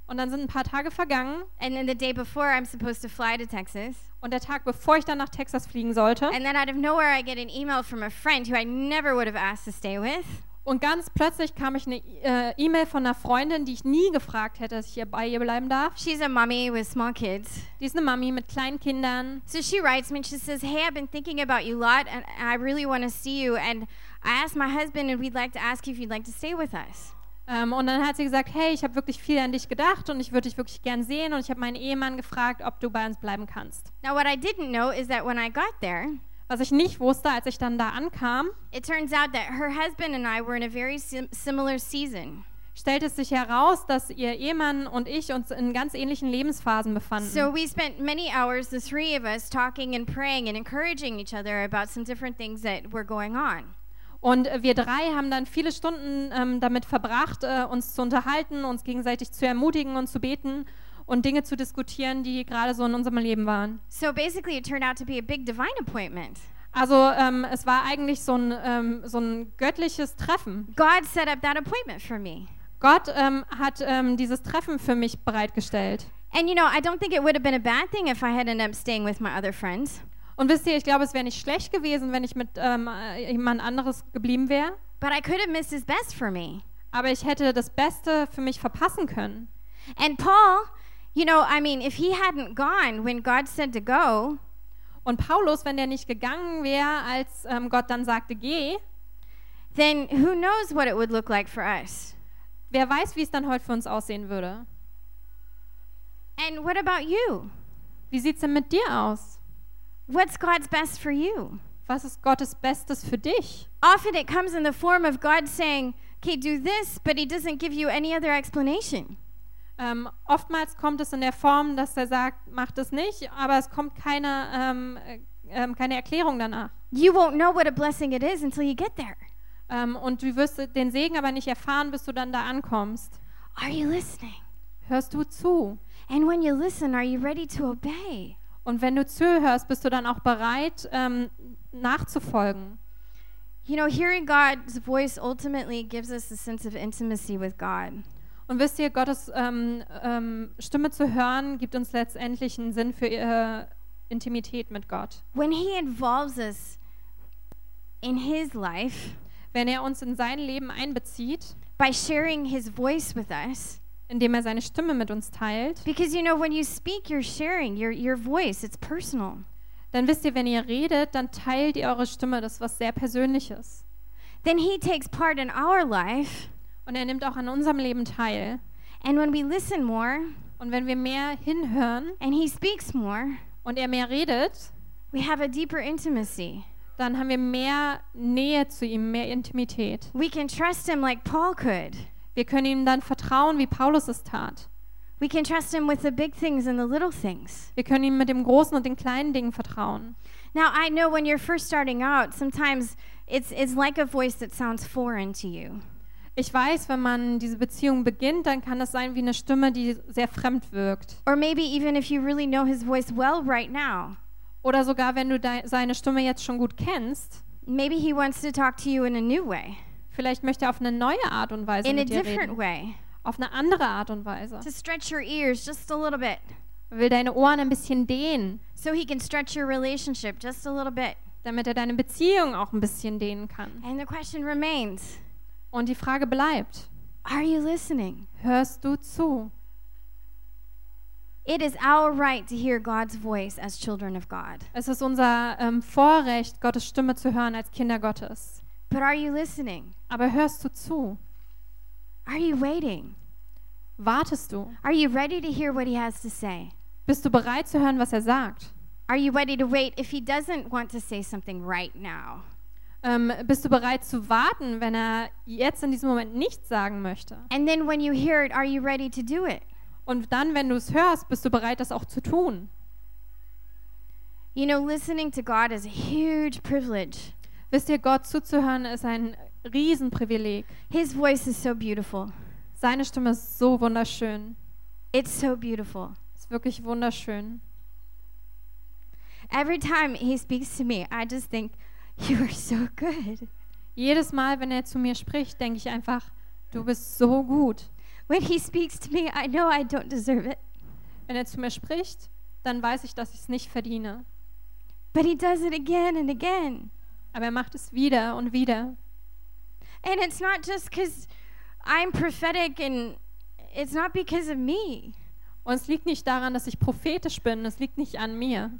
Speaker 1: Und dann sind ein paar Tage vergangen.
Speaker 2: And then the day before, I'm supposed to fly to Texas.
Speaker 1: Und der Tag, bevor ich dann nach Texas fliegen sollte.
Speaker 2: And then out of nowhere, I get an email from a friend who I never would have asked to stay with.
Speaker 1: Und ganz plötzlich kam ich eine äh, E-Mail von einer Freundin, die ich nie gefragt hätte, dass ich hier bei ihr bleiben darf.
Speaker 2: She's a mommy with small kids.
Speaker 1: Die ist eine Mami mit kleinen Kindern.
Speaker 2: So she writes me and she says, Hey, I've been thinking about you a lot and I really want to see you. And I asked my husband, and we'd like to ask you if you'd like to stay with us.
Speaker 1: Ähm, und dann hat sie gesagt, hey, ich habe wirklich viel an dich gedacht und ich würde dich wirklich gern sehen. Und ich habe meinen Ehemann gefragt, ob du bei uns bleiben kannst.
Speaker 2: Now, what I didn't know is that when I got there,
Speaker 1: Was ich nicht wusste, als ich dann da ankam,
Speaker 2: it turns out that her husband and I were in a very sim- similar season.
Speaker 1: stellte es sich heraus, dass ihr Ehemann und ich uns in ganz ähnlichen Lebensphasen befanden.
Speaker 2: So we spent many hours, the three of us, talking and praying and encouraging each other about some different things that were going on.
Speaker 1: und äh, wir drei haben dann viele Stunden ähm, damit verbracht, äh, uns zu unterhalten, uns gegenseitig zu ermutigen und zu beten und Dinge zu diskutieren, die gerade so in unserem Leben waren.
Speaker 2: So basically, it turned out to be a big divine appointment.
Speaker 1: Also ähm, es war eigentlich so ein, ähm, so ein göttliches Treffen.
Speaker 2: God set up that appointment for me.
Speaker 1: Gott ähm, hat ähm, dieses Treffen für mich bereitgestellt.
Speaker 2: And you know, I don't think it would have been a bad thing if I had ended up staying with my other friends.
Speaker 1: Und wisst ihr, ich glaube, es wäre nicht schlecht gewesen, wenn ich mit ähm, äh, jemand anderes geblieben wäre.
Speaker 2: But I could have missed his best for me.
Speaker 1: Aber ich hätte das Beste für mich verpassen können.
Speaker 2: And Paul, you know, I mean, if he hadn't gone when God said to go,
Speaker 1: Und Paulus, wenn der nicht gegangen wäre, als ähm, Gott dann sagte, geh,
Speaker 2: then who knows what it would look like for us.
Speaker 1: wer weiß, wie es dann heute für uns aussehen würde.
Speaker 2: And what about you?
Speaker 1: Wie sieht es denn mit dir aus?
Speaker 2: What's God's best for you?
Speaker 1: Was ist Gottes Bestes für dich?
Speaker 2: Often it comes in the form of God saying, okay, do this, but he doesn't give you any other explanation.
Speaker 1: Ähm, oftmals kommt es in der Form, dass er sagt, mach das nicht, aber es kommt keine, ähm, äh, ähm, keine Erklärung danach.
Speaker 2: You won't know what a blessing it is until you get there.
Speaker 1: Ähm, und du wirst den Segen aber nicht erfahren, bis du dann da ankommst.
Speaker 2: Are you listening?
Speaker 1: Hörst du zu?
Speaker 2: And when you listen, are you ready to obey?
Speaker 1: Und wenn du zuhörst, bist du dann auch bereit, ähm, nachzufolgen.
Speaker 2: You know, hearing God's voice ultimately gives us a sense of intimacy with God.
Speaker 1: Und wisst ihr, Gottes ähm, ähm, Stimme zu hören, gibt uns letztendlich einen Sinn für äh, Intimität mit Gott.
Speaker 2: When he involves us in his life
Speaker 1: Wenn er uns in sein Leben einbezieht,
Speaker 2: by sharing his voice with us,
Speaker 1: indem er seine Stimme mit uns teilt,
Speaker 2: because you know, when you speak, you're sharing your, your voice, it's personal.
Speaker 1: dann wisst ihr, wenn ihr redet, dann teilt ihr eure Stimme, das ist was sehr Persönliches.
Speaker 2: Then he takes part in our life,
Speaker 1: Und er nimmt auch an unserem Leben teil.
Speaker 2: and when we listen more
Speaker 1: Und wenn wir mehr hinhören
Speaker 2: and he speaks more,
Speaker 1: und er mehr redet,
Speaker 2: we have a deeper intimacy.
Speaker 1: dann haben wir mehr Nähe zu ihm, mehr Intimität.
Speaker 2: We can trust him like Paul could.
Speaker 1: Wir können ihm dann vertrauen, wie Paulus es tat.
Speaker 2: We can trust him with the big things and the little things.
Speaker 1: Wir können ihm mit dem Großen und den kleinen Dingen vertrauen.
Speaker 2: Now, I know when you're first starting out, sometimes it's, it's like a voice that sounds foreign to you.
Speaker 1: Ich weiß, wenn man diese Beziehung beginnt, dann kann es sein wie eine Stimme, die sehr fremd wirkt.
Speaker 2: Or maybe even if you really know his voice well right now,
Speaker 1: Oder sogar, wenn du dei- seine Stimme jetzt schon gut kennst,
Speaker 2: maybe he wants to talk to you in a new way,
Speaker 1: vielleicht möchte er auf eine neue Art und Weise
Speaker 2: in a
Speaker 1: mit dir
Speaker 2: different
Speaker 1: reden.
Speaker 2: way,
Speaker 1: Auf eine andere Art und Weise.
Speaker 2: to stretch your ears just a little bit
Speaker 1: Er will deine Ohren ein bisschen dehnen,
Speaker 2: so he can stretch your relationship just a little bit.
Speaker 1: damit er deine Beziehung auch ein bisschen dehnen kann.
Speaker 2: And the question remains
Speaker 1: Und die Frage bleibt,
Speaker 2: are you listening?
Speaker 1: hörst du zu?
Speaker 2: It is our right to hear God's voice as children of God.
Speaker 1: Es ist unser ähm, Vorrecht, Gottes Stimme zu hören als Kinder Gottes.
Speaker 2: But are you listening?
Speaker 1: Aber hörst du zu?
Speaker 2: Are you waiting?
Speaker 1: Wartest du?
Speaker 2: Are you ready to hear what he has to say?
Speaker 1: Bist du bereit zu hören, was er sagt?
Speaker 2: Are you ready to wait if he doesn't want to say something right now?
Speaker 1: Ähm, bist du bereit zu warten, wenn er jetzt in diesem Moment nichts sagen möchte?
Speaker 2: And then when you hear it, are you ready to do it?
Speaker 1: Und dann, wenn du es hörst, bist du bereit, das auch zu tun.
Speaker 2: You know, listening to God is a huge privilege.
Speaker 1: Wisst ihr, Gott zuzuhören ist ein Riesenprivileg.
Speaker 2: His voice is so beautiful.
Speaker 1: Seine Stimme ist so wunderschön.
Speaker 2: It's so beautiful.
Speaker 1: Ist wirklich wunderschön.
Speaker 2: Every time he speaks to me, I just think, You are so good.
Speaker 1: Jedes Mal, wenn er zu mir spricht, denke ich einfach, du bist so gut.
Speaker 2: When he speaks to me, I know I don't deserve it.
Speaker 1: Wenn er zu mir spricht, dann weiß ich, dass ich es nicht verdiene.
Speaker 2: But he does it again and again.
Speaker 1: Aber er macht es wieder und wieder.
Speaker 2: And it's not just because I'm prophetic and it's not because of me.
Speaker 1: Und es liegt nicht daran, dass ich prophetisch bin. Es liegt nicht an mir.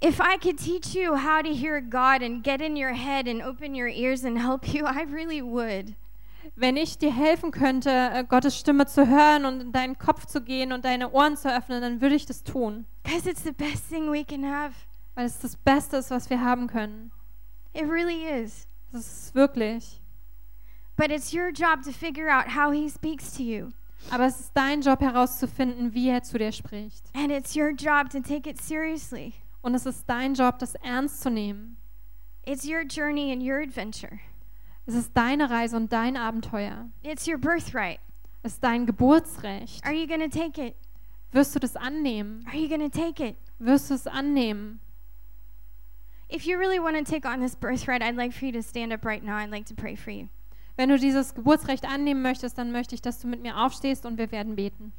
Speaker 2: If I could teach you how to hear God and get in your head and open your ears and help you, I really would.
Speaker 1: Wenn ich dir helfen könnte, äh, Gottes Stimme zu hören und in deinen Kopf zu gehen und deine Ohren zu öffnen, dann würde ich das tun.
Speaker 2: Because it's the best thing we can have.
Speaker 1: Weil es das Beste ist, was wir haben können.
Speaker 2: It really is.
Speaker 1: Das ist wirklich.
Speaker 2: But it's your job to figure out how he speaks to you.
Speaker 1: Aber es ist dein Job herauszufinden, wie er zu dir spricht.
Speaker 2: And it's your job to take it seriously.
Speaker 1: Und es ist dein Job, das ernst zu nehmen.
Speaker 2: It's your journey and your adventure.
Speaker 1: Es ist deine Reise und dein Abenteuer.
Speaker 2: It's your birthright.
Speaker 1: Es ist dein Geburtsrecht.
Speaker 2: Are you going to take it?
Speaker 1: Wirst du das annehmen?
Speaker 2: Are you going to take it?
Speaker 1: Wirst du es annehmen?
Speaker 2: If you really want to take on this birthright, I'd like for you to stand up right now. I'd like to pray for you.
Speaker 1: Wenn du dieses Geburtsrecht annehmen möchtest, dann möchte ich, dass du mit mir aufstehst und wir werden beten.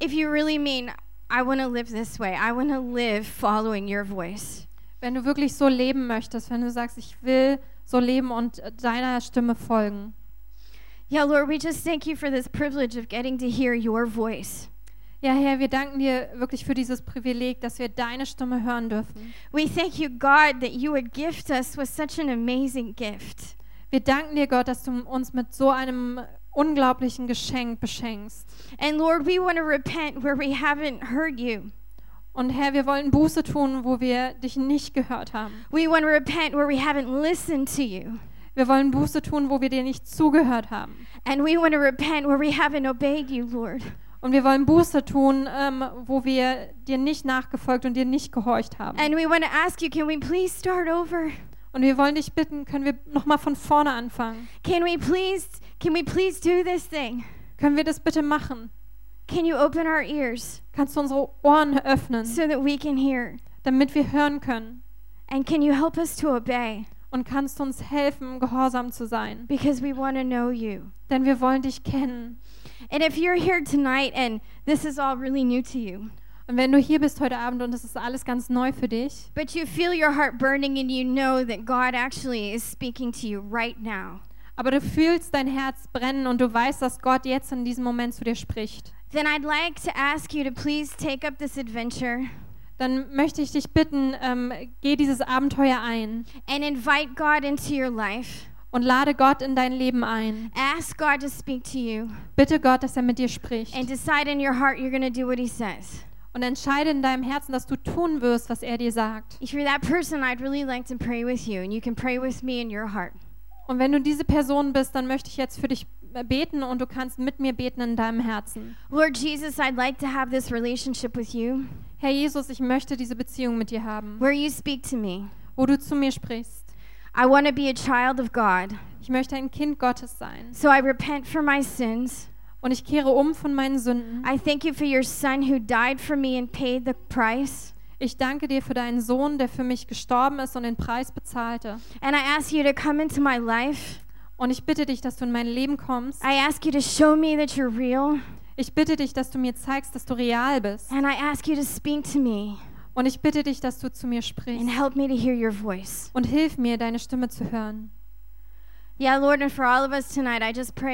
Speaker 2: If you really mean, I want to live this way, I want to live following your voice.
Speaker 1: Wenn du wirklich so leben möchtest, wenn du sagst, ich will so leben und äh, deiner Stimme folgen.
Speaker 2: Yeah, Lord, we just thank you for this privilege of getting to hear your voice.
Speaker 1: Ja, Herr, wir danken dir wirklich für dieses Privileg, dass wir deine Stimme hören dürfen.
Speaker 2: We thank you, God, that you would gift us with such an amazing gift.
Speaker 1: Wir danken dir, Gott, dass du uns mit so einem unglaublichen Geschenk beschenkst.
Speaker 2: And Lord, we want to repent where we haven't heard you.
Speaker 1: Und Herr, wir wollen Buße tun, wo wir dich nicht gehört haben.
Speaker 2: We want to repent where we haven't listened to you.
Speaker 1: Wir wollen Buße tun, wo wir dir nicht zugehört haben.
Speaker 2: And we want to repent where we haven't obeyed you, Lord.
Speaker 1: Und wir wollen Buße tun, ähm, wo wir dir nicht nachgefolgt und dir nicht gehorcht haben.
Speaker 2: And we want to ask you, can we please start over?
Speaker 1: Und wir wollen dich bitten, können wir nochmal von vorne anfangen?
Speaker 2: Can we please can we please do this thing?
Speaker 1: Können wir das bitte machen?
Speaker 2: Can you open our ears
Speaker 1: Kannst du unsere Ohren öffnen,
Speaker 2: so that we can hear?
Speaker 1: damit wir hören können?
Speaker 2: And can you help us to obey
Speaker 1: Und kannst du uns helfen, gehorsam zu sein?
Speaker 2: because we want to know you?
Speaker 1: Denn wir wollen dich kennen.
Speaker 2: And if you're here tonight and this is all really new to you,
Speaker 1: Und wenn du hier bist heute Abend und es ist alles ganz neu für dich,
Speaker 2: but you feel your heart burning and you know that God actually is speaking to you right now,
Speaker 1: aber du fühlst dein Herz brennen und du weißt, dass Gott jetzt in diesem Moment zu dir spricht,
Speaker 2: then I'd like to ask you to please take up this adventure
Speaker 1: dann möchte ich dich bitten, ähm, geh dieses Abenteuer ein
Speaker 2: and invite God into your life.
Speaker 1: und lade Gott in dein Leben ein.
Speaker 2: Ask God to speak to you
Speaker 1: Bitte Gott, dass er mit dir spricht
Speaker 2: and decide in your heart you're going to do what he says.
Speaker 1: und entscheide in deinem Herzen, dass du tun wirst, was er dir sagt.
Speaker 2: If you're that person, I'd really like to pray with you, and you can pray with me in your heart.
Speaker 1: Und wenn du diese Person bist, dann möchte ich jetzt für dich äh, beten und du kannst mit mir beten in deinem Herzen.
Speaker 2: Lord Jesus, I'd like to have this relationship with you
Speaker 1: Herr Jesus, ich möchte diese Beziehung mit dir haben,
Speaker 2: where you speak to me.
Speaker 1: wo du zu mir sprichst.
Speaker 2: I want to be a child of God,
Speaker 1: Ich möchte ein Kind Gottes sein
Speaker 2: so I repent for my sins.
Speaker 1: und ich kehre um von meinen Sünden.
Speaker 2: I thank you for your son who died for me and paid the price.
Speaker 1: Ich danke dir für deinen Sohn, der für mich gestorben ist und den Preis bezahlte.
Speaker 2: And I ask you to come into my life.
Speaker 1: Und ich bitte dich, dass du in mein Leben kommst.
Speaker 2: I ask you to show me that you're real.
Speaker 1: Ich bitte dich, dass du mir zeigst, dass du real bist.
Speaker 2: And I ask you to speak to me
Speaker 1: Und ich bitte dich, dass du zu mir
Speaker 2: and
Speaker 1: sprichst.
Speaker 2: help me to hear your voice.
Speaker 1: Und hilf mir, deine Stimme zu hören.
Speaker 2: Yeah, Lord, and for all of us tonight, I just pray.